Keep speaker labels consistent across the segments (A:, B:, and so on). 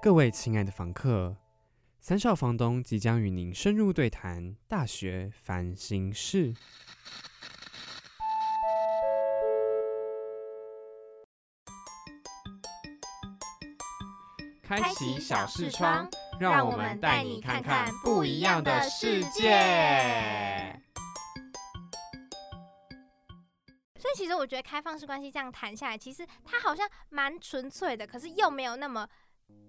A: 各位亲爱的房客，三少房东即将与您深入对谈大学烦心事。开启小视窗，让我们带你看看不一样的世界。
B: 哎
C: 所以其实我觉得开放式关系这样谈下来，其实它好像蛮纯粹的，可是又没有那么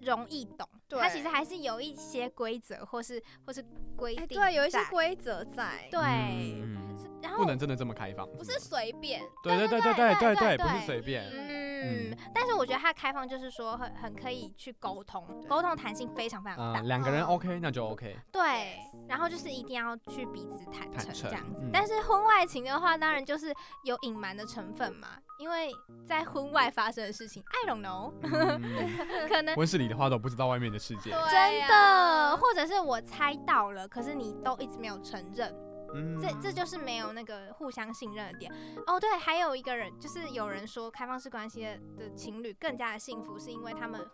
C: 容易懂。
B: 对
C: 它其实还是有一些规则，或是或是规
B: 哎
C: 定、
B: 对，有一些。规则在，
C: 对，
D: 嗯
C: 是然后
D: 不能真的这么开放，
B: 不是随便。
D: 对对
C: 对对
D: 对对
C: 对对
D: 对对
C: 对
D: 对，不
C: 对
D: 是随便，
C: 嗯，但是我觉得它的开放就是说很很可以去沟通，
B: 对
C: 沟通弹性非常非常大。
D: 嗯，两个人 OK 那就 OK，
C: 对，然后就是一定要去彼此坦诚
D: 坦
C: 这
D: 诚
C: 样子。
D: 嗯
C: 但是婚外情的话，当然就是有隐瞒的成分嘛，因为在婚外发生的事情，I don't know，
D: 嗯
C: 可能
D: 温室里的花都不知道外面的世界，
B: 对
C: 真
B: 啊
C: 的，或者是我猜到了，可是你都一直没有承认，
D: 嗯
C: 这这就是没有那个互相信任的点。哦，对，还有一个人，就是有人说开放式关系的的情侣更加的幸福，是因为他们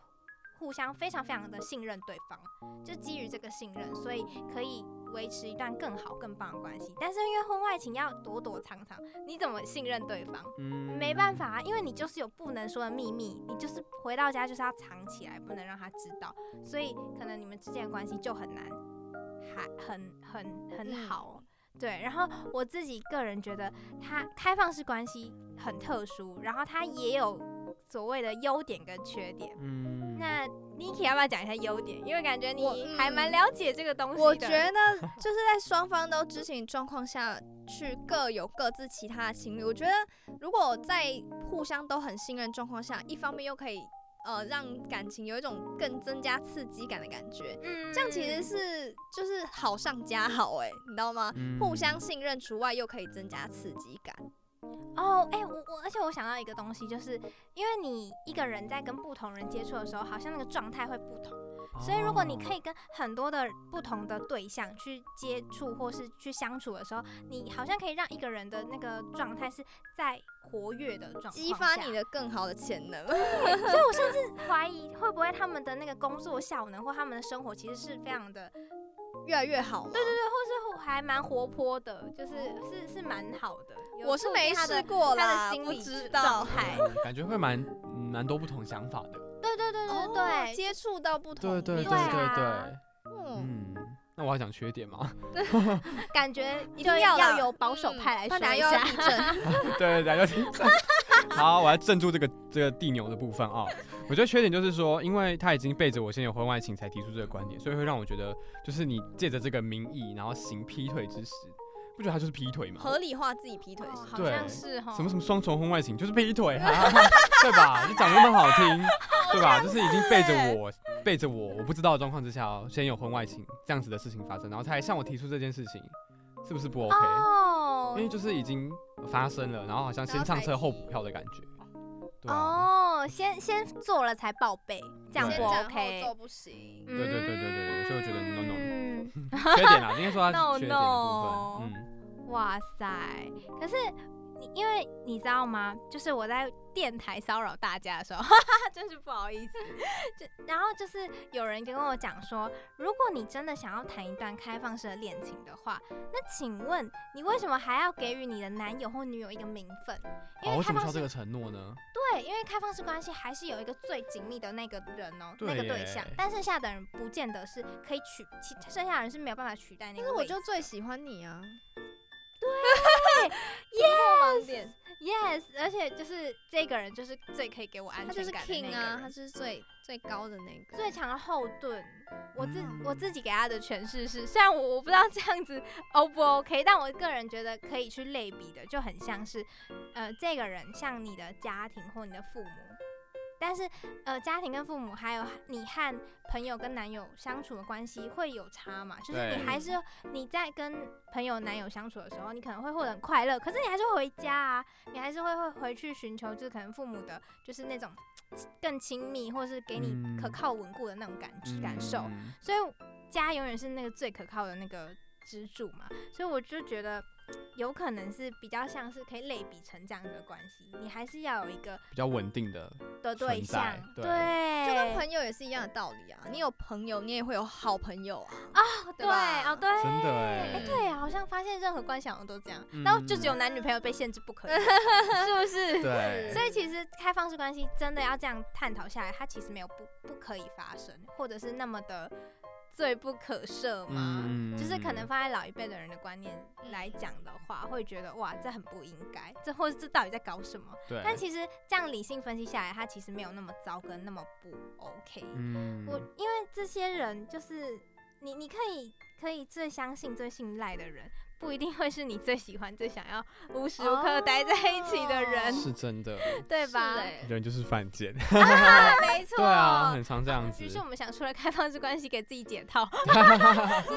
C: 互相非常非常的信任对方，就基于这个信任，所以可以维持一段更好更棒的关系。但是因为婚外情要躲躲藏藏，你怎么信任对方？
D: 嗯
C: 没办法啊，因为你就是有不能说的秘密，你就是回到家就是要藏起来，不能让他知道，所以可能你们之间的关系就很难，还很很很
B: 嗯
C: 好。对，然后我自己个人觉得，它开放式关系很特殊，然后它也有所谓的优点跟缺点。
D: 嗯
C: 那 Niki 要不要讲一下优点？因为感觉
B: 我
C: 你
B: 嗯
C: 还蛮了解这个东西的。
B: 我觉得就是在双方都知情状况下去各有各自其他的情侣。我觉得如果在互相都很信任状况下，一方面又可以呃让感情有一种更增加刺激感的感觉，
C: 嗯，
B: 这样其实是就是好上加好哎、你知道吗？
D: 嗯
B: 互
D: 哦
B: 相信任除外，又可以增加刺激感。
C: 哦，哎、我我，而且我想到一个东西，就是因为你一个人在跟不同人接触的时候，好像那个状态会不同，所以如果你
B: 哦
C: 可
D: 以
C: 以跟很多的不同的对象去接触或是去相处的时候，你好像可以让一个人的那个状态是在活跃的状态，
B: 激发你。的更好的潜能。
C: 所以我甚至怀疑会不会他们的那个工作效能或他们的生活其实是非常的，
B: 越来越好。对对对，
C: 就是还蛮活泼的，就是是是蛮好的。有
B: 我是
C: 促进
B: 没
C: 他的
B: 试过
C: 他
B: 啦，
C: 的心
B: 不
C: 理
B: 知
C: 状
B: 道。
C: 态。
D: 感觉会蛮蛮多不同想法 的，
C: 对对对对
B: 哦
C: 对，
B: 接触到不同
D: 对
B: 面，
D: 对
C: 对啊
D: 对对，
B: 嗯，
D: 嗯，那我要讲缺点吗？
C: 感觉
B: 一定
C: 就
B: 嗯要嗯啦
C: 要由保守派来
B: 不
C: 说
B: 然
C: 一
B: 又要
C: 下。
B: 地 震，
D: 对，大家听。 好，我来镇住这个这个地牛的部分啊、我觉得缺点就是说，因为他已经背着我先有婚外情才提出这个观点，所以会让我觉得，就是你借着这个名义，然后行劈腿之实，不觉得他就是劈腿吗？
B: 合理化自己劈腿
C: 哦
B: 是
C: 好
D: 对
C: 像是哈，
D: 什么什么双重婚外情就是劈腿、
C: 哦
D: 啊， 对吧？你讲得那么好听，对吧？就是已经背着我，背着我，我不知道的状况之下、哦，先有婚外情这样子的事情发生，然后他还向我提出这件事情，是不是不 OK？、
C: 哦，
D: 因为就是已经发生了，然后好像先上车后补票的感觉，对啊，
C: 哦，先先做了才报备，这样
D: 对
C: 不
B: 先斩后
C: OK
B: 奏。不嗯行。
C: 对
D: 对对对对对所以我觉得 no, no
C: 嗯，
D: 缺点啦，应该说
C: No,
D: 它是缺点的部
C: no
D: 分，嗯，
C: 哇塞！可是你因为你知道吗？就是我在电台骚扰大家的时候， 哈哈，真是不好 意思。就然后就是有人跟我讲说，如果你真的想要谈一段开放式的恋情的话，那请问你为什么还要给予你的男友或女友一个名分？因
D: 哦，
C: 为
D: 我
C: 开
D: 怎么需
C: 放
D: 要这
C: 式
D: 个承诺呢？
C: 对，因为开放式关系还是有一个最紧密的那个人哦、那
D: 对
C: 个对象
D: 耶，
C: 但剩下的人不见得是可以取，其剩下的人是没有办法取代那
B: 但
C: 个
B: 是
C: 位置。
B: 我就最喜欢你啊，
C: yes yes，而且就是这个人就是最可以给我安
B: 他就
C: 全
B: 是
C: 感的那
B: king
C: 个
B: 啊，
C: 人
B: 他就是最最高的那个，
C: 最强的后盾。我自、
D: 嗯
C: 我自己给他的诠释是，虽然我我不知道这样子 O 不 OK，但我个人觉得可以去类比的，就很像是，呃，这个人像你的家庭或你的父母，但是呃，家庭跟父母还有你和朋友跟男友相处的关系会有差嘛，就是你
D: 对
C: 还是你在跟朋友男友相处的时候，你可能会获得很快乐，可是你还是会回家啊，你还是会会回去寻求，就是可能父母的，就是那种更亲密，或是给你
D: 嗯
C: 可靠稳固的那种感、感受。
D: 嗯
C: 所以家永远是那个最可靠的那个支柱嘛，所以我就觉得有可能是比较像是可以类比成这样子的关系，你还是要有一个
D: 比较稳定的，
C: 的对
D: 存在
C: 象，
D: 对
C: 对，
B: 就跟朋友也是一样的道理啊。你有朋友，你也会有好朋友啊。
C: 哦，对，
B: 吧
C: 哦，对，
D: 真的
C: 哎、
D: 哎、
C: 对，好像发现任何关系好像都这样，
D: 嗯
C: 然后就只有男女朋友被限制不可以， 是不是？
D: 对
C: 所以其实开放式关系真的要这样探讨下来，它其实没有不不可以发生，或者是那么的罪不可赦嘛。
D: 嗯
C: 就是可能放在老一辈的人的观念来讲的话，会觉得哇，这很不应该，这或者这到底在搞什么？
D: 对，
C: 但其实这样理性分析下来，它其实没有那么糟跟那么不 OK。
D: 嗯
C: 我因为这些人就是你，你可以可以最相信、最信赖的人，不一定会是你最喜欢、最想要无时无刻待在一起的人，
D: 是真的，
C: 对吧？
B: 是欸
D: 人就是犯 贱，
C: 啊，没错。
D: 对
B: 哦
D: 啊，很常这样子
C: 于，是我们想出了开放式关系给自己解套， 不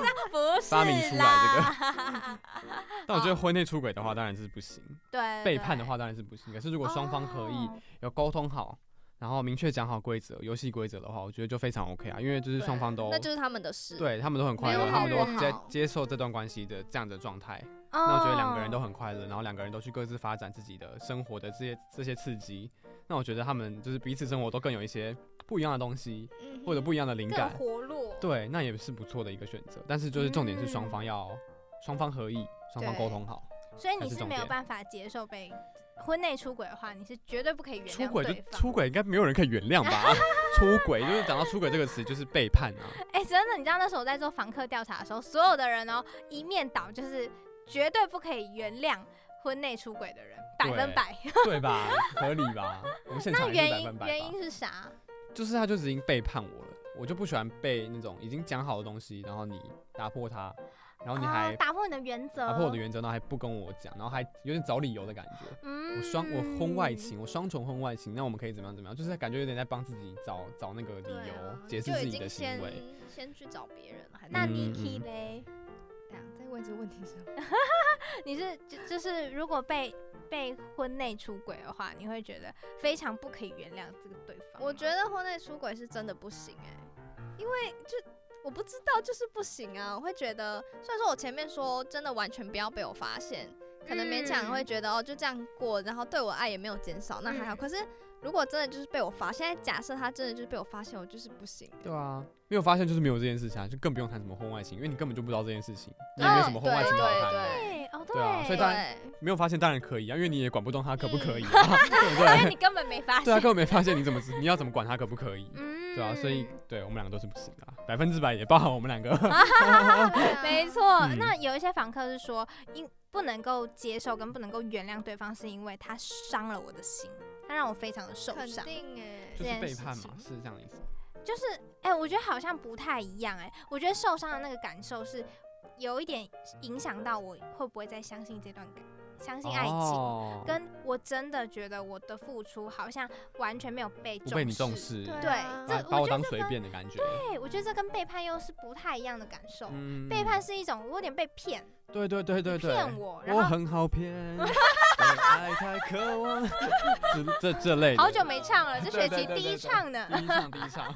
C: 是
D: 发明出
C: 啦。
D: 但
B: 哦
D: 我觉得婚内出轨的话当然是不行，
C: 对，
D: 背叛的话当然是不行，可是如
C: 对，
D: 果双方合意，
C: 哦
D: 有沟通好，然后明确讲好规则、游戏规则的话，我觉得就非常 OK 啊，因为就是双方都
B: 那就是他们的事。，
D: 对他们都很快
B: 没
D: 乐，
B: 有
D: 他们都
B: 好
D: 接
B: 不好
D: 接受这段关系的这样的状态，那我觉得两个人都
C: 哦
D: 很快乐，然后两个人都去各自发展自己的生活的这些这些刺激，那我觉得他们就是彼此生活都更有一些不一样的东西，
B: 嗯
D: 或者不一样的灵
C: 更
D: 感，
C: 活络。
D: 对，那也是不错的一个选择。但是就是重点是双
C: 嗯
D: 方要双方合意，双方沟
B: 对
D: 通好，
C: 所以
D: 才
C: 你
D: 是
C: 是
D: 重
C: 没有
D: 点
C: 办法接受被婚内出轨的话，你是绝对不可以原
D: 出
C: 谅
D: 轨就
C: 对方。
D: 出轨，应该没有人可以原谅吧？ 出轨就是讲到出轨这个词，就是背叛啊。
C: 哎、真的，你知道那时候我在做房客调查的时候，所有的人哦一面倒，就是绝对不可以原谅婚内出轨的人，百分
D: 对
C: 百。
D: 对吧？合理吧？我们现
C: 那
D: 场也是
C: 原
D: 百
C: 因
D: 分百
C: 原
D: 吧
C: 因是啥？
D: 就是他就已经背叛我了，我就不喜欢被那种已经讲好的东西，然后你打破它，然后你还
C: 哦、打哦破你的原则，
D: 打破我的原则，然后还不跟我讲，然后还有点找理由的感觉。
C: 嗯，
D: 我双我婚外情，我双重婚外情，那我们可以怎么样怎么样？就是感觉有点在帮自己找找那个理
B: 对
D: 由、
B: 啊，
D: 解释
B: 就
D: 自
B: 已
D: 己
B: 经
D: 的行
B: 先
D: 为。
B: 先去找别人了，还
C: 那
D: 嗯
C: 你
D: 嗯
C: k
D: 嗯
C: 嘞？
B: 这样再问这个问题是吗？
C: 你是就就是如果被被婚内出轨的话，你会觉得非常不可以原谅这个对方吗。
B: 我觉得婚内出轨是真的不行哎、因为就我不知道，就是不行啊。我会觉得，虽然说我前面说真的完全不要被我发现，可能勉强
C: 嗯
B: 会觉得哦就这样过，然后对我爱也没有减少，那还好。
C: 嗯
B: 可是如果真的就是被我发现，现在假设他真的就是被我发现，我就是不行。
D: 对啊，没有发现就是没有这件事情啊，就更不用谈什么婚外情，因为你根本就不知道这件事情，你也没有什么婚外情好
B: 对
D: 谈
B: 对
D: 的。
B: 对
C: 啊对哦
D: 对啊所
C: 对
D: 以当然
B: 对，
D: 没有发现当然可以啊，因为你也管不动他可不可以啊， 对不
C: 嗯因
D: 对
C: 为？哎你根本没发
D: 对啊，
C: 现，
D: 根本没发现，你怎么知？你要怎么管他可不可以？
C: 嗯，
D: 对啊，所以对我们两个都是不行的啊，百分之百也包含我们两个。
B: 啊
C: 没错，
D: 嗯
C: 那有一些房客是说，因不能够接受跟不能够原谅对方，是因为他伤了我的心，他让我非常的受
B: 肯
C: 伤。
B: 定哎、
D: 就是背叛
C: 这
D: 嘛
C: 件，事
D: 是这样的意思。
C: 就是，哎、我觉得好像不太一样、哎，我觉得受伤的那个感受是有一点影响到我会不会再相信这段感，相信爱情。
D: 哦
C: 跟我真的觉得我的付出好像完全没有被
D: 不
C: 重视，
D: 被你重视，
B: 对
C: 对
B: 啊，
C: 这
D: 把把
C: 我
D: 我
C: 觉
D: 当
C: 得这
D: 随
C: 跟
D: 便的感觉。
C: 对，我觉得这跟背叛又是不太一样的感受。
D: 嗯
C: 背叛是一种我有点被骗，
D: 对对对对
C: 你
D: 对，
C: 骗我，然
D: 我
C: 后
D: 很好骗， 对爱太渴望，这这这类的。
C: 好久没唱了，这
D: 对
C: 学
D: 对
C: 期
D: 对
C: 第
D: 对
C: 一
D: 对
C: 唱呢。
D: 第一场第一场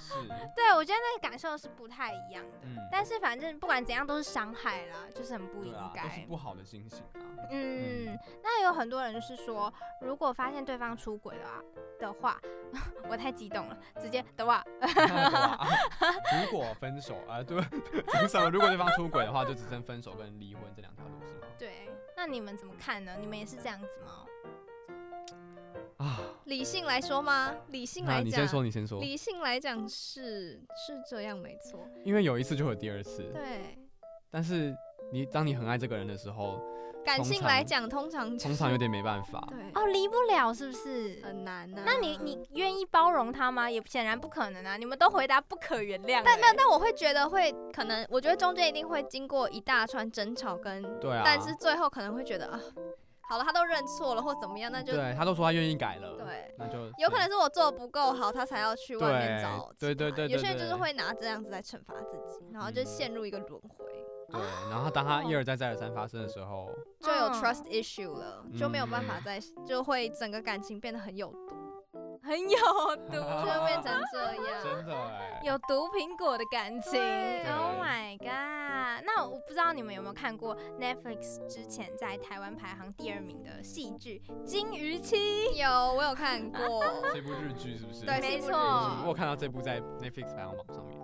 D: 是，
C: 对，我觉得那个感受是不太一样的。
D: 嗯，
C: 但是反正不管怎样都是伤害啦，就是很不
D: 对
C: 应
D: 啊，
C: 该。
D: 都是不好的心情啊。
C: 嗯，那有很多人是说，如果发现对方出轨了啊的话， 我太激动了，直接的话，
D: 啊 如果分手啊，对，分手。如果对方出轨的话，就只剩分手跟离婚这两条路，是吗？
C: 对，那你们怎么看呢？你们也是这样子吗？
D: 啊，
B: 理性来说吗？理性
D: 那
B: 来
D: 啊你先
B: 讲，
D: 说，你先说，
B: 理性来讲是是这样没错，
D: 因为有一次就有第二次，
B: 对。
D: 但是你当你很爱这个人的时候，
B: 感
D: 通
B: 性来
D: 常
B: 讲，通常就
D: 通常有点没办法。
B: 对
C: 哦，离不了是不是？
B: 很难呐、
C: 那你你愿意包容他吗？也显然不可能啊！你们都回答不可原谅欸、
B: 但但但我会觉得会可能，我觉得中间一定会经过一大串争吵跟，
D: 对啊，
B: 但是最后可能会觉得啊，好了，他都认错了或怎么样，那就
D: 对他都说他愿意改了，
B: 对，
D: 那就
B: 有可能是我做的不够好，他才要去外面
D: 对
B: 找其他
D: 对
B: 人。
D: 对对对
B: 有些人就是
D: 对
B: 会拿这样子来惩罚自己，然后就
D: 嗯
B: 陷入一个轮回，
D: 对。然后当他一而再再而三发生的时候，
B: 就有
C: 嗯
B: trust issue 了，就没有办
D: 嗯
B: 法再，就会整个感情变得很有毒，
C: 很有毒，
B: 就会
C: 哦
B: 变成这样。
D: 啊真的哎，
C: 有毒苹果的感情。
B: 对
C: Oh my god！啊，那我不知道你们有没有看过 Netflix 之前在台湾排行第二名的戏剧《金鱼妻》。
B: 有，我有看 过。
D: 这部日剧是不是？
B: 对，
C: 没
B: 是一部
C: 错
B: 日
D: 我
B: 剧
D: 有看到这部在 Netflix 排行榜上面，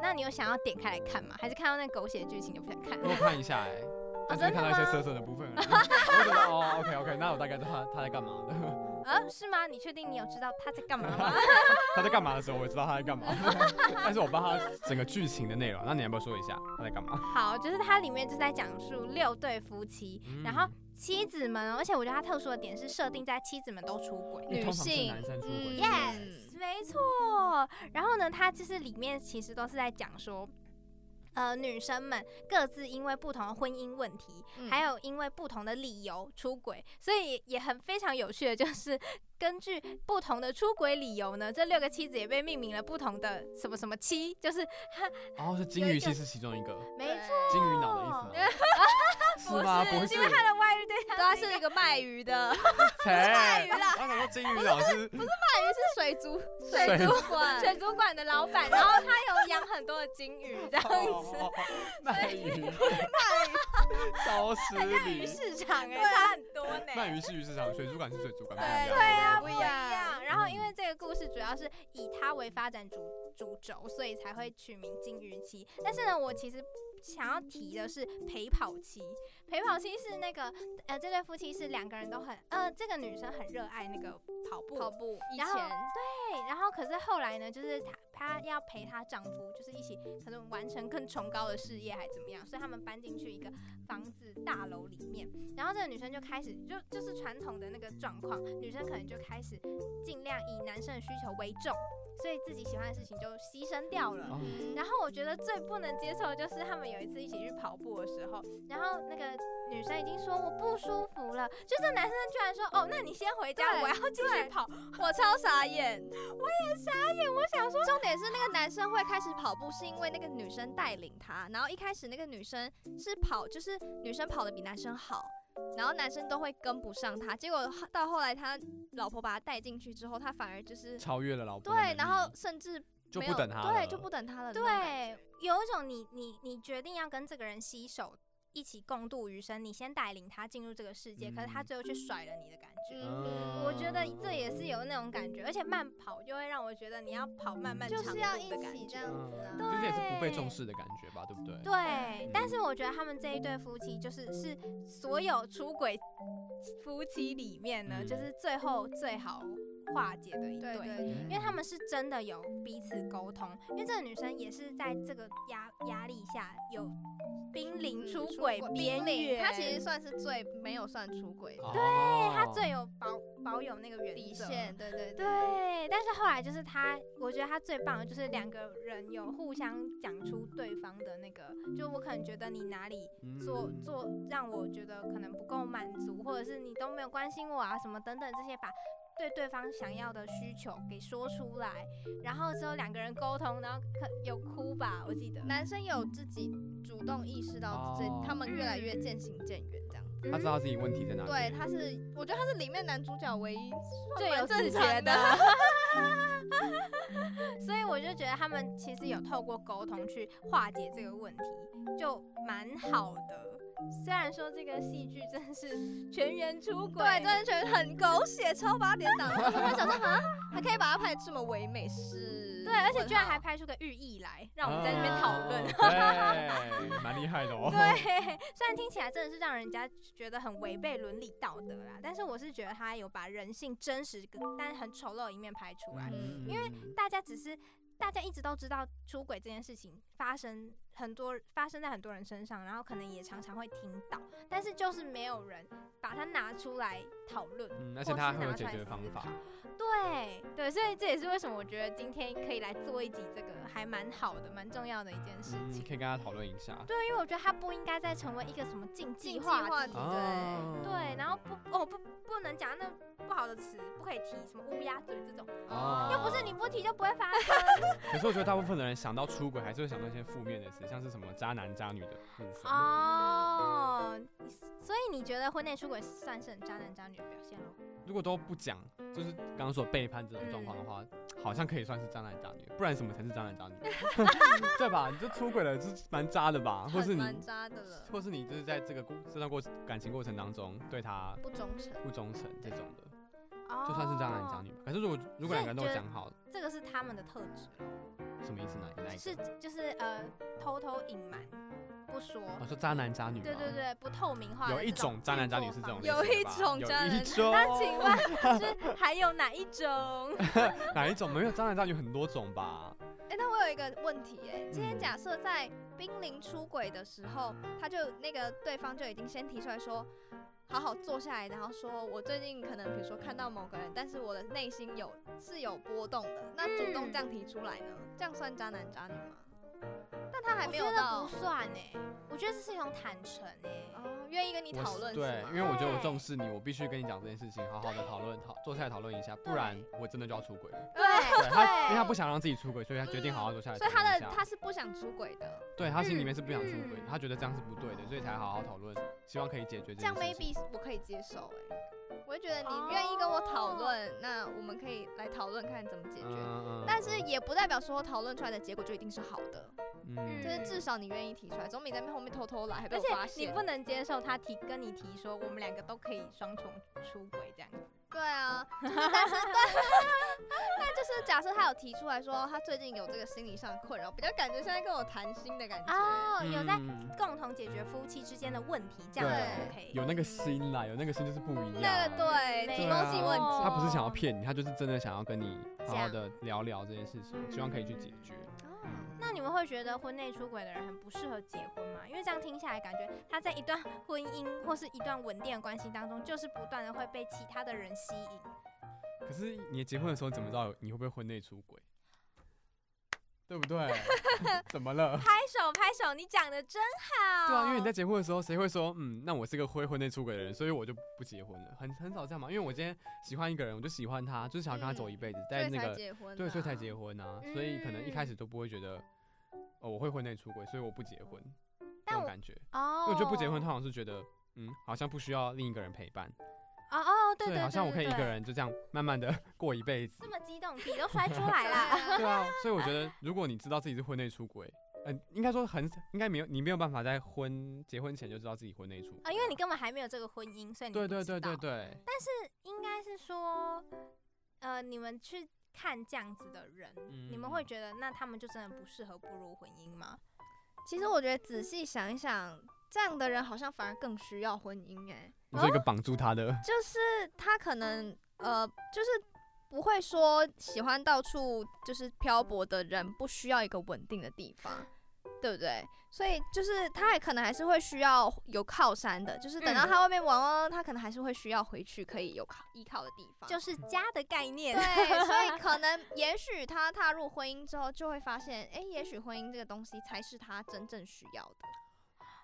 C: 那你有想要点开来看吗？还是看到那狗血剧情就不想看？
D: 我有看一下哎、但只是
C: 哦真的
D: 看到一些
C: 吗
D: 色色的部分而已， 我就觉得哦，OK OK，那我大概知道他他在干嘛的，
C: 啊，是吗？你确定你有知道他在干嘛吗？
D: 他在干嘛的时候我也知道他在干嘛， 但是我不知道他整个剧情的内容，那你要不要说一下他在干嘛？
C: 好，就是它里面就在讲述六对夫妻，嗯
D: 嗯
C: 然后妻子们哦，而且我觉得它特殊的点是设定在妻子们都出轨。
D: 因为
B: 女
D: 通常是
B: 性
D: 男生出轨
B: 嗯
D: 对不对
C: 没错。然后呢，它就是里面其实都是在讲说，呃，女生们各自因为不同的婚姻问题，
B: 嗯
C: 还有因为不同的理由出轨，所以也很非常有趣的就是， 根据不同的出轨理由呢，这六个妻子也被命名了不同的什么什么妻，就是
D: 哦，是金
C: 有一
D: 鱼
C: 个
D: 其实其中一个，
C: 没错，
B: 错，
D: 金鱼脑的意思 吗？是吗？不是，
C: 因为他的外遇对象
B: 对啊，
C: 是一
B: 是
C: 个
B: 一个嗯卖鱼的，
D: 才
B: 卖鱼啦，
D: 我想说金鱼脑是
B: 卖鱼是水族
D: 水
B: 水族馆，
C: 水族馆的老板，然后他有养很多的金鱼这样子。
D: 哦，鳗鱼，超市
C: 鱼
D: 里，
C: 市场哎、
B: 对啊
C: 差很多呢、
D: 鳗鱼是鱼市场，水族馆是水族馆，不一
B: 对
D: 样
B: 对啊，
C: 不
B: 不
C: 一
B: 一
C: 样。
B: 样。嗯
C: 然后因为这个故事主要是以它为发展主主轴，所以才会取名金鱼期。但是呢，我其实想要提的是陪跑期。陪跑期是那个呃，这对夫妻是两个人都很呃，这个女生很热爱那个跑步，
B: 跑步以
C: 然后
B: 前
C: 对，然后可是后来呢，就是她她要陪她丈夫，就是一起可能完成更崇高的事业，还怎么样？所以他们搬进去一个房子大楼里面，然后这个女生就开始就就是传统的那个状况，女生可能就开始尽量以男生的需求为重，所以自己喜欢的事情就牺牲掉了。
D: 哦
C: 然后我觉得最不能接受的就是他们有一次一起去跑步的时候，然后那个女生已经说我不舒服了，就这男生居然说哦，那你先回家，
B: 对
C: 我要继续
B: 对
C: 跑。
B: 我超傻眼。
C: 我想说，
B: 重点是那个男生会开始跑步，是因为那个女生带领他。然后一开始那个女生是跑，就是女生跑的比男生好，然后男生都会跟不上他。结果到后来他老婆把他带进去之后，他反而就是
D: 超越了老婆的能
B: 对，
D: 力，
B: 然后甚至
D: 就
B: 没
D: 不
B: 有
D: 等他了，
B: 对，就不等他了。
C: 对，有一种你你你决定要跟这个人携手一起共度余生，你先带领他进入这个世界，可是他
D: 嗯
C: 最后却甩了你的感觉。
D: 嗯
C: 我觉得这也是有那种感觉，而且慢跑就会让我觉得你要跑漫漫
B: 就
C: 长
B: 是要
C: 路
B: 一
C: 的感
B: 起
C: 觉
B: 这样子啊。
D: 就是也是不被重
C: 对
D: 视的感觉吧，对不对？
C: 对，但是我觉得他们这一对夫妻就是是所有出轨夫妻里面呢，
D: 嗯
C: 就是最后最好化解的一
B: 对对
C: 因为他们是真的有彼此沟通，因为这个女生也是在这个压压力下有濒临嗯
B: 嗯
C: 出轨边缘，
B: 他其实算是最没有算出轨
D: 哦
B: 的
D: 对
C: 她最有保保有那个原
B: 底
C: 则
B: 线。对对对。
C: 对，但是后来就是她，我觉得她最棒的就是两个人有互相讲出对方的那个，就我可能觉得你哪里做
D: 嗯
C: 做让我觉得可能不够满足，或者是你都没有关心我啊什么等等这些，把对对方想要的需求给说出来，然后之后两个人沟通，然后可有哭吧，我记得。
B: 男生有自己主动意识到这，
D: 哦
B: 他们越来
C: 嗯
B: 越渐行渐远这样。
D: 他知道自己问题在哪里，
B: 对，他是，我觉得他是里面男主角唯一算
C: 最有
B: 蛮
C: 自
B: 正
C: 觉
B: 常
C: 的
B: 的。啊
C: 所以我就觉得他们其实有透过沟通去化解这个问题，就蛮好的。虽然说这个戏剧真是 全员出轨，
B: 对，真的觉得很狗血，超八点档。我会想说，啊，还可以把它拍得这么唯美是？
C: 对，而且
B: 问
C: 居然
B: 号
C: 还拍出个寓意来，让我们在那边
D: 啊
C: 讨论。
D: 论，对，蛮厉害的哦。
C: 对， 虽然听起来真的是让人家觉得很违背伦理道德啦，但是我是觉得他有把人性真实跟但很丑陋的一面拍出来。
D: 嗯，
C: 因为大家只是大家一直都知道出轨这件事情发生很多发生在很多人身上，然后可能也常常会听到，但是就是没有人把它拿出来讨论。
D: 嗯，而
C: 或
D: 且他
C: 是
D: 很有
C: 拿
D: 解
C: 出来思
D: 决方法
C: 考，对对，所以这也是为什么我觉得今天可以来做一集这个还蛮好的、蛮重要的一件事
D: 嗯，
C: 情。
D: 可以跟他讨论一下。
C: 对，因为我觉得它不应该再成为一个什么禁忌
B: 禁忌
C: 话
B: 话
C: 题
B: 题对
C: 对，然后不，哦不，不能讲那不好的词，不可以提什么乌鸦嘴这种，
D: 哦
C: 又不是你不提就不会发生。
D: 可是我觉得大部分的人想到出轨，还是会想到一些负面的词，像是什么渣男渣女的部分。
C: 啊哦，你所以你觉得婚内出轨算是很渣男渣女的表现咯？
D: 如果都不讲，就是刚刚说背叛这种状况的话，好像可以算是渣男渣女，不然什么才是渣男渣女？ 对吧？你这出轨了，这蛮渣的吧？啊或是
B: 很
D: 你，
B: 蛮渣的了，
D: 或是你就是在这个过这段过感情过程当中对他
B: 不忠诚。
D: 不忠诚这种的，
C: 哦，
D: 就算是渣男渣女。吧。可是如果如果两个人都
C: 所以你觉得
D: 讲好，
C: 哦这个是他们的特质咯，
D: 什么意思呢？你那一个
C: 是就是呃偷偷隐瞒不说，
D: 我说渣男渣女吗？
C: 对对对，不透明化的
D: 哦有一
C: 这种
D: 种渣男渣女是
C: 运
D: 这
C: 作
D: 种
C: 方
D: 类
B: 有
D: 型的吧，
B: 一种渣男
D: 有一种。
C: 那 请问是还有哪一种？
D: 哪一种？没有，渣男渣女很多种吧？
B: 哎、那我有一个问题、哎，今天
D: 嗯
B: 假设在濒临出轨的时候，他就那个对方就已经先提出来说，好好坐下来，然后说我最近可能比如说看到某个人，但是我的内心有是有波动的，那主动
C: 嗯
B: 这样提出来呢，这样算渣男渣女吗？但他还
C: 我
B: 没
C: 觉
B: 有
C: 得
B: 到
C: 不算哎、我觉得这是一种坦诚哎、
B: 哦，愿意跟你
D: 我
B: 讨
D: 是
B: 论
D: 对
B: 是，吗？
D: 因为我觉得我
C: 对
D: 重视你，我必须跟你讲这件事情，好好的讨论，讨坐下来讨论一下，不然我真的就要出轨了。
C: 对对
D: 对他，因为他不想让自己出轨，所以他决定好好坐下来讨
B: 所以
D: 论一
B: 他
D: 下。嗯
B: 的他是不想出轨的，
D: 对他心里面是不想出
C: 嗯
D: 轨
C: 嗯，
D: 他觉得这样是不对的，所以才好好讨论，希望可以解决这
B: 这样
D: 件事情。
B: maybe 我可以接受哎、我会觉得你愿意跟我
C: 哦
B: 讨论，那我们可以来讨论看怎么解决。
D: 嗯
B: 但是也不代表说讨论出来的结果就一定是好的，
D: 嗯
B: 就是至少你愿意提出来，总比在后面偷偷来还被
C: 而
B: 我发
C: 且你
B: 现。
C: 不能接受他提跟你提说我们两个都可以双重出轨这样子，
B: 对 啊，就是但是对，但就是假设他有提出来说他最近有这个心理上的困扰，比较感觉像在跟我谈心的感觉。
C: 哦，有在
D: 嗯
C: 共同解决夫妻之间的问题，这样
D: 对
C: 就 OK。
D: 有那个心啦，有那个心就是不一样。啊
B: 那个对，
C: 没
B: 提
D: 对
B: 供
D: 啊
B: 性问题。
D: 他不是想要骗你，他就是真的想要跟你好好
C: 讲
D: 的聊聊这件事情，希望可以去解决。
B: 哦
C: 那你们会觉得婚内出轨的人很不适合结婚吗？因为这样听下来，感觉他在一段婚姻或是一段稳定的关系当中，就是不断的会被其他的人吸引。
D: 可是你结婚的时候怎么知道你会不会婚内出轨？ 对不 对？怎么了？
C: 拍手拍手，你讲的真好。
D: 对啊，因为你在结婚的时候，谁会说嗯，那我是个会婚内出轨的人，所以我就不结婚了？很很少这样嘛。因为嗯我今天喜欢一个人，我就喜欢他，就是想要跟他走一辈子，
B: 所
D: 在
B: 以
D: 那
B: 才
D: 个
B: 结婚、
D: 对，所以才结。婚啊。所以可能一开始都不会觉得哦，我会婚内出轨，所以我不结婚那
C: 但
D: 种
C: 我
D: 感觉。
C: 哦
D: 因，为我觉得不结婚，通常是觉得嗯，好像不需要另一个人陪伴，
C: 哦哦，对
D: 所
C: 对
D: 以
C: 对，
D: 好像我可以一
C: 对
D: 个
C: 对
D: 人就这样慢慢的过一辈子
C: 这。么激动，笔都摔出来
B: 对
C: 啦。
B: 啊
D: 对啊，所以我 觉得，如果你知道自己是婚内出轨，嗯、应该说很，应该没有，你没有办法在婚结婚前就知道自己婚内出轨。
C: 啊，因为你根本还没有这个婚姻，所以你
D: 对
C: 不
D: 对
C: 知
D: 对对
C: 道
D: 对，
C: 但是应该是说，呃，你们去看这样子的人，
D: 嗯
C: 你们会觉得那他们就真的不适合步入婚姻吗？
B: 其实我觉得仔细想一想，这样的人好像反而更需要婚姻哎、
D: 你说一个绑住他的，
B: 就是他可能呃，就是不会说喜欢到处就是漂泊的人，不需要一个稳定的地方，对不对？所以就是他还可能还是会需要有靠山的，就是等到
C: 嗯
B: 他外面玩玩玩，他可能还是会需要回去可以有靠依靠的地方。
C: 就是家的概念。
B: 对，所以可能也许他踏入婚姻之后，就会发现，哎、也许婚姻这个东西才是他真正需要的。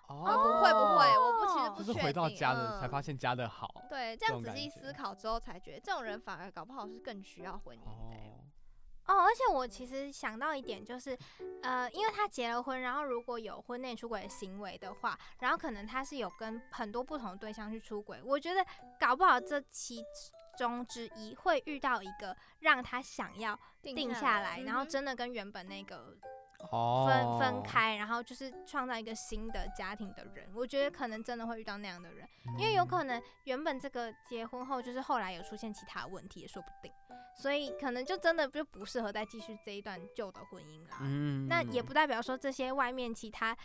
D: 哦
B: 啊，不会不会，我不其
C: 哦
B: 实不
D: 就是
B: 确
D: 回到
B: 定
D: 家的
B: 嗯
D: 才发现家的好。
B: 对，这样
D: 种
B: 仔
D: 感
B: 细
D: 觉
B: 思考之后才觉得，这种人反而搞不好是更需要婚姻的欸、
D: 哦，
C: 哦，而且我其实想到一点，就是，呃，因为他结了婚，然后如果有婚内出轨的行为的话，然后可能他是有跟很多不同的对象去出轨，我觉得搞不好这其中之一会遇到一个让他想要定下来，然后
B: 嗯哼
C: 真的跟原本那个
D: 哦
C: 分分，开，然后就是创造一个新的家庭的人，我觉得可能真的会遇到那样的人，因为
D: 嗯
C: 有可能原本这个结婚后，就是后来有出现其他问题也说不定，所以可能就真的就不适合再继续这一段旧的婚姻啦。
D: 嗯
C: 那也不代表说这些外面其他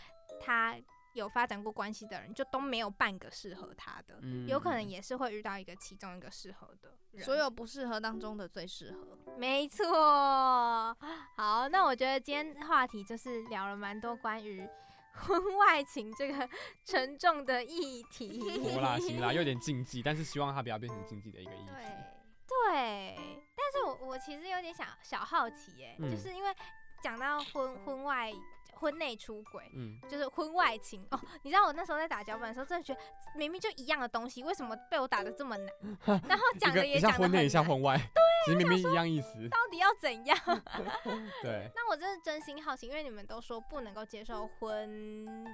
C: 他有发展过关系的人，就都没有半个适合他
D: 嗯
C: 的，有可能也是会遇到一个其中一个适合的人。
B: 所有不适合当中的最适合。
C: 没错，好，那我觉得今天话题就是聊了蛮多关于婚外情这个 沉重的议题。
D: 火啦，嗯行啦，有点禁忌，但是希望他不要变成禁忌的一个议题。
B: 对，
C: 对，但是我我其实有点想小好奇耶、
D: 嗯
C: 就是因为讲到婚婚外婚内出轨，
D: 嗯，
C: 就是婚外情哦。你知道我那时候在打脚本的时候，真的觉得明明就一样的东西，为什么被我打的这么难？然后
D: 一
C: 讲
D: 个
C: 的
D: 一
C: 也
D: 下
C: 讲的
D: 婚
C: 很
D: 内，一下
C: 难，
D: 婚外，其实明明一样意思。
C: 到底要怎样？
D: 对，
C: 那我真是真心好奇，因为你们都说不能够接受婚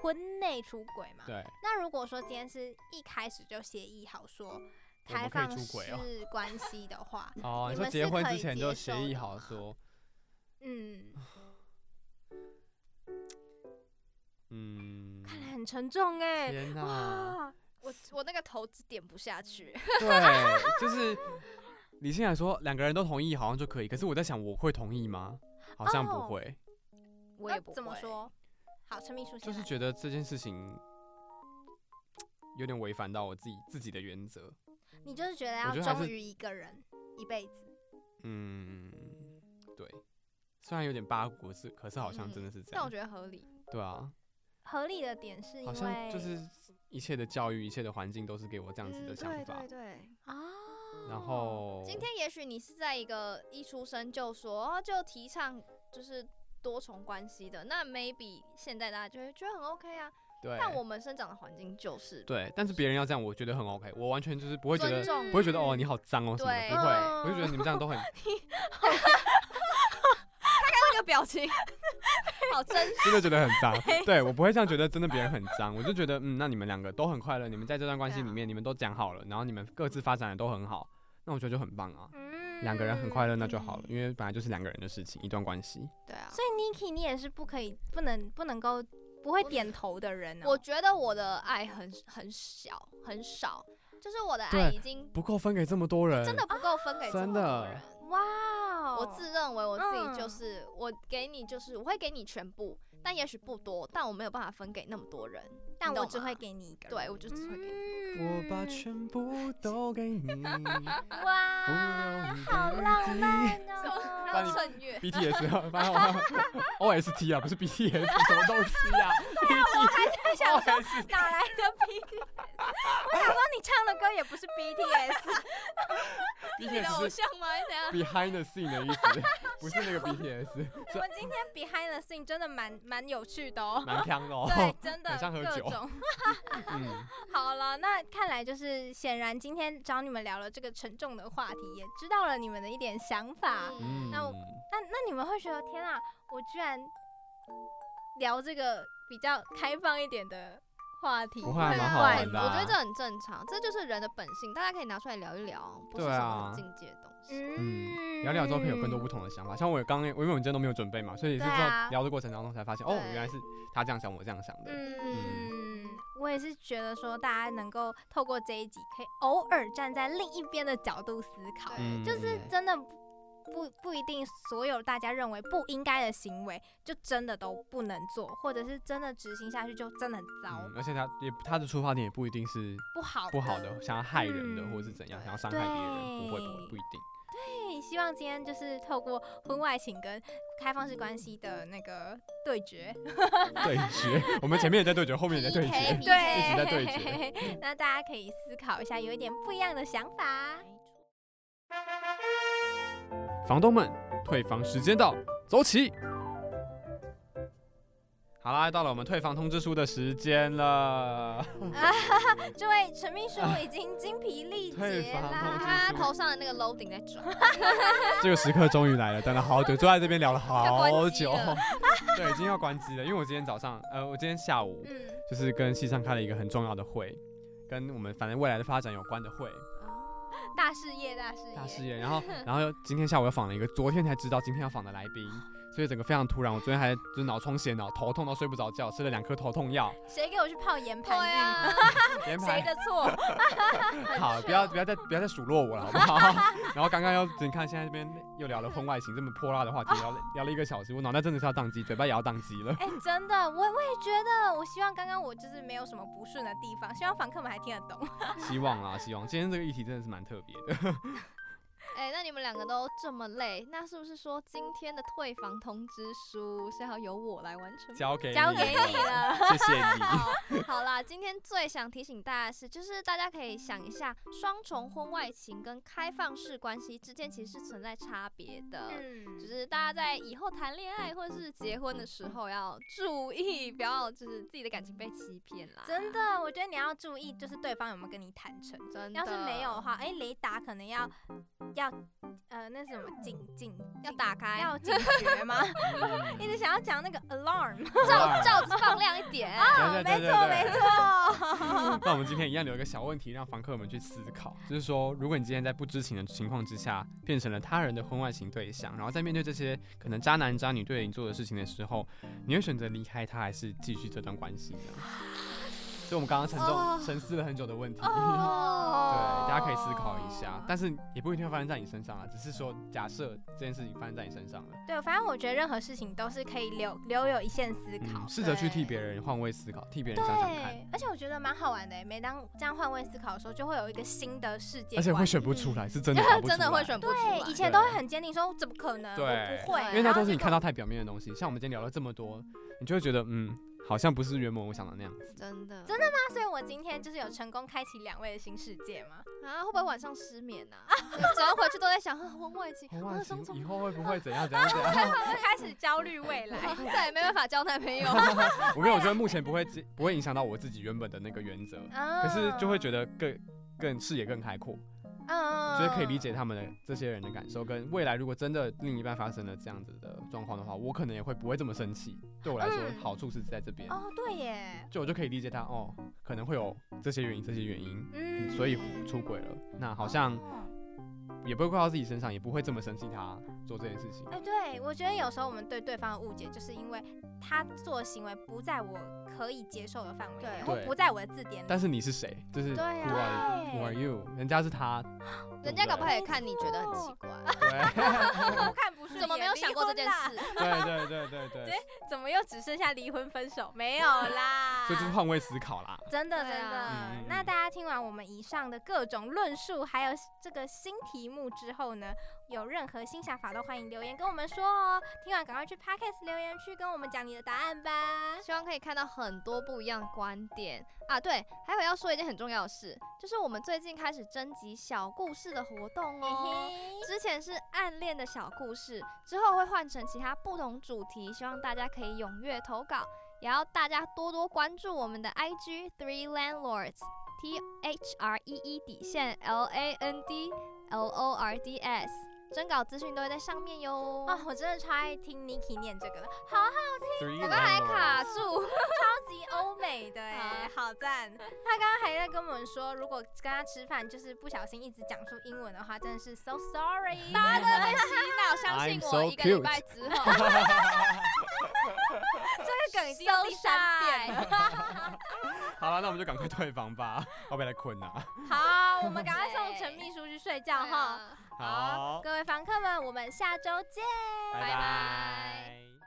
C: 婚内出轨嘛。
D: 对，
C: 那如果说今天是一开始就协议好说
D: 我们可
C: 开
D: 以
C: 放
D: 出轨哦
C: 式关系的 话，
D: 哦，
C: 你
D: 说
C: 们
D: 结
C: 是
D: 婚
C: 可
D: 之
C: 以
D: 前
C: 接
D: 就协
C: 受
D: 议
C: 的
D: 好
C: 吗
D: 说，
C: 嗯，
D: 嗯，
C: 看来很沉重哎、
D: 天
B: 啊
D: 哪，
C: 哇，
B: 我我那个头只点不下去，
D: 对，就是理性来说，两个人都同意好像就可以，可是我在想，我会同意吗？好像
C: 哦
D: 不会，
B: 嗯我也
C: 那
B: 不
C: 怎么
B: 会
C: 说。好，陈秘书先
D: 就是
C: 来
D: 觉得这件事情有点违反到我自己自己的原则。
C: 你就是觉得
D: 我
C: 要
D: 觉得还
C: 忠
D: 是
C: 于一个人一辈子，
D: 嗯，对，虽然有点八股，可是可是好像真的
C: 嗯
D: 是这
B: 但我
D: 样。
B: 觉得合理。
D: 对啊，
C: 合理的点是因
D: 好
C: 为
D: 像就是一切的教育、一切的环境都是给我这样
C: 嗯
D: 子的
B: 嗯
D: 想
B: 对
D: 法
B: 对。对。
C: 啊，
B: 哦
D: 然后
B: 今天也许你是在一个一出生就说哦就提倡就是多重关系的，那 maybe 现在大家就会觉得很 OK 啊。
D: 对，
B: 但我们生长的环境就是
D: 对，但是别人要这样，我觉得很 OK，我完全就是不会觉
B: 尊
D: 得
B: 重
D: 不会觉得哦你好脏哦什么的，
B: 对
D: 不会，
C: 嗯
D: 我就觉得你们这样都很
B: 那个表 情，好真实。
D: 真的觉得很 脏。对我不会这样觉得，真的别人很脏，我就觉得嗯，那你们两个都很快乐，你们在这段关系
B: 对啊
D: 里面，你们都讲好了，然后你们各自发展的都很好，那我觉得就很棒啊。
C: 嗯
D: 两个人很快乐那就好了，因为本来就是两个人的事情，一段关系。
B: 对 啊，
C: 所以 Niki，你也是不可以、不能、不能够、不会点头的人、哦。
B: 我觉得我的爱很很小很少，就是我的爱
D: 对
B: 已经
D: 不够分给这么多人，
B: 真的不够分给这
D: 真
B: 么
D: 的
B: 多人。
C: 哇哦，
B: 我自认为我自己就
C: 嗯
B: 是、我给你就是我会给你全部，但也许不多，但我没有办法分给那么多人，
C: 但
B: 你懂
C: 我只
B: 吗
C: 会给你一个人，
B: 对我就只会给你。
C: 你
D: 嗯我把全部都给 你，不留
C: 哇，
D: 一
C: 好
D: 点
C: 浪
D: 地
C: 漫
B: 还
D: 把
C: 哦！
B: 有
D: 你
B: 趁月，
D: BTS 啊，反正我 OST 啊，不是 BTS 什么东西啊？BTS
C: 想
D: OST
C: 哪来的 BTS？我想说你唱的歌也不是 BTS，
B: 你的偶
D: BTS 是
B: 像吗？你怎样？
D: behind the scene 的意思，不是那 个 BTS，
C: 我们今天 Behind the Scene 真的蛮蛮有趣的哦。
D: 蛮强的
C: 对
D: 哦。，
C: 真的
D: 很像喝
C: 各
D: 酒
C: 种。
D: 嗯，
C: 好了，那看来就是显然今天找你们聊了这个沉重的话题，也知道了你们的一点想法。
B: 嗯，
C: 那我那那你们会觉得天啊，我居然聊这个比较开放一点的话题，
D: 不会啊
C: 很
D: 蛮好
C: 怪
D: 玩的
C: 吗
B: 我
D: 啊
B: 觉得这很正常，这就是人的本性，大家可以拿出来聊一聊，不是
D: 对
B: 什
D: 啊
B: 么很境界的东西。
C: 嗯
D: 聊聊之后可以有更多不同的想法。像我刚刚，因为我们今天都没有准备嘛，所以是
C: 对
D: 之
C: 啊
D: 后聊的过程当中才发现，哦，
B: 对
D: 原来是他这样想，我这样想的。
C: 嗯，我也是觉得说，大家能够透过这一集，可以偶尔站在另一边的角度思考，
D: 嗯
C: 就是
B: 对
C: 真的不不一定所有大家认为不应该的行为，就真的都不能做，或者是真的执行下去就真的很糟，
D: 嗯，而且他也他的出发点也不一定是
C: 不好
D: 不好的，想要害人的，
C: 嗯
D: 或者是怎样，
B: 对
D: 想要伤害别人，不会
C: 对
D: 不会不一定。
C: 对，希望今天就是透过婚外情跟开放式关系的那个对决，
D: 嗯对决，我们前面也在对决，后面也在对
B: PK
D: 决。
C: 对，
D: 一直在对决
C: 那大家可以思考一下，有一点不一样的想法。
D: 房东们，退房时间到，走起！好啦，到了我们退房通知书的时间了。嗯
C: 这位陈秘书已经精疲 力竭
D: 退房通知
C: 啦，
B: 他头上的那个 loading 在 转，
D: 这个时刻终于来了，等了好久，坐在这边聊了好久
B: 要关，
D: 对，已经要关机了。因为我今天早上，呃，我今天下午
C: 嗯，
D: 就是跟西上开了一个很重要的会，跟我们反正未来的发展有关的会，
C: 大事业，大事业，
D: 哦大事业。然后，然后又今天下午又访了一个昨天才知道今天要访的来宾，所以整个非常突然。我昨天还就是脑充血，脑头痛到睡不着觉，吃了两颗头痛药。
C: 谁给我去泡盐
B: 对
C: 盘浴？
B: 啊，
D: 连
C: 谁
D: 排
C: 的错？
D: 好，不要不要再不要再数落我了，好不好？然后刚刚又你看现在这边又聊了婚外情这么泼辣的话题，聊了聊了一个小时，我脑袋真的是要宕机，嘴巴也要宕机了。
C: 哎，真的，我我也觉得，我希望刚刚我就是没有什么不顺的地方，希望房客们还听得懂。
D: 希望啦，希望今天这个议题真的是蛮特别的。
B: 哎，那你你们两个都这么累，那是不是说今天的退房通知书是要由我来完成？
D: 交给
B: 交给你了。
D: 谢谢你。
B: 好，好啦，今天最想提醒大家的是，就是大家可以想一下，双重婚外情跟开放式关系之间其实是存在差别的。
C: 嗯，
B: 就是大家在以后谈恋爱或者是结婚的时候要注意，不要就是自己的感情被欺骗啦。
C: 真，的，我觉得你要注意，就是对方有没有跟你坦诚。
B: 真的，
C: 要是没有的话，哎、雷达可能要
D: 嗯
C: 要呃，那是什么警警
B: 要
C: 警
B: 打开，
C: 要警觉 吗？一
D: 嗯
C: 直想要讲那个 alarm，
B: 罩罩子放亮一点。
D: 对
C: 没
D: 对对对
C: 错
D: 对
C: 没错。
D: 那我们今天一样留一个小问题，让房客们去思考，就是说，如果你今天在不知情的情况之下，变成了他人的婚外情对象，然后在面对这些可能渣男渣女对你做的事情的时候，你会选择离开他，还是继续这段关系呢？ 所以我们刚刚沉重、
B: 哦
D: 沉思了很久的问题。 对，
B: 哦
D: 大家可以思考一
C: 哦
D: 下，但是也不一定会发生在你身上啊，只是说假设这件事情发生在你身上了，
C: 对，反正我觉得任何事情都是可以留留有一线思考，
D: 嗯，试着去
B: 对
D: 替别人换位思考，替别人想想看，
C: 对，而且我觉得蛮好玩的耶。欸每当这样换位思考的时候，就会有一个新的世界观，
D: 而且会选不出来，是 真的答不
B: 真的
D: 出
B: 会
D: 来
B: 选不出来
C: 对，以前都会很坚定说怎么可能，我
D: 对
C: 不会，
B: 因
D: 因为那
C: 然
D: 都
C: 后
D: 是你
C: 结
D: 看
C: 果
D: 到太表面的东西。像我们今天聊了这么多，你就会觉得，嗯，好像不是原本我想的那样子。
B: 真的
C: 真的吗？所以我今天就是有成功开启两位的新世界吗？
B: 啊，会不会晚上失眠呐、啊？早上回去都在想，啊婚外情，我的双重
D: 以后会不会 怎样怎样怎样？
C: 开始焦虑未来。
B: 再也没办法交男朋友。
D: 我没有，我觉得目前不会接，不会影响到我自己原本的那个原则，可是就会觉得更更视野更开阔，
C: 嗯
D: 觉得可以理解他们的这些人的感受，跟未来如果真的另一半发生了这样子的状况的话，我可能也会不会这么生气。对我来说
C: 嗯，
D: 好处是在这边，
C: 哦，对耶，
D: 就我就可以理解他哦，可能会有这些原因，这些原因，
C: 嗯，
D: 所以出轨了。那好像。
B: 哦
D: 也不会怪到自己身上，也不会这么生气他做这件事情。
C: 哎、对，我觉得有时候我们对对方的误解，就是因为他做的行为不在我可以接受的范围内，
B: 对
C: 或
D: 对
C: 不在我的字典里。
D: 但是你是谁？就是
B: 对
D: Who are
B: 啊，
D: Who are you？人家是他，
B: 人家搞不好
D: 好。
B: 也看你觉得很奇怪，
D: 对
C: 我看不是
B: 怎么没有想过这 件？
C: 离
B: 事？
D: 对对对对
C: 对
D: 对，
C: 婚啦怎么又只剩下离婚分手？没有啦，
D: 所以就是换位思考啦。
C: 真的真
B: 对
C: 的、
B: 啊
D: 嗯嗯嗯
C: 那大家听完我们以上的各种论述，还有这个新题目之后呢，有任何新想法都欢迎留言跟我们说哦。听完赶快去 Podcast 留言区跟我们讲你的答案吧。
B: 希望可以看到很多不一样的观点啊！对，还有要说一件很重要的事，就是我们最近开始征集小故事的活动哦。之前是暗恋的小故事，之后会换成其他不同主题，希望大家可以踊跃投稿，也要大家多多关注我们的 IG Three Landlords T H R E E 底线 L A N D L O R D S，征稿资讯都会在上面哟。
C: 哦，我真的超爱听 Niki 念这个的，好好
D: Three
B: 我刚才
D: landlords
B: 卡住，
C: 级欧美的哎，好赞！他刚刚还在跟我们说，如果跟他吃饭就是不小心一直讲出英文的话，真的是 so sorry。
B: 大家都被洗脑，相信
D: I'm
B: 我，
D: so
B: 一个礼拜之后。
C: 这个梗已经第三遍了。
D: 好了，那我们就赶快退房吧， 要被来困啊。
C: 好，我们赶快送陈秘书去睡觉哈。
B: 哈。
D: 好，
C: 各位房客们，我们下周见。
D: 拜
B: 拜拜。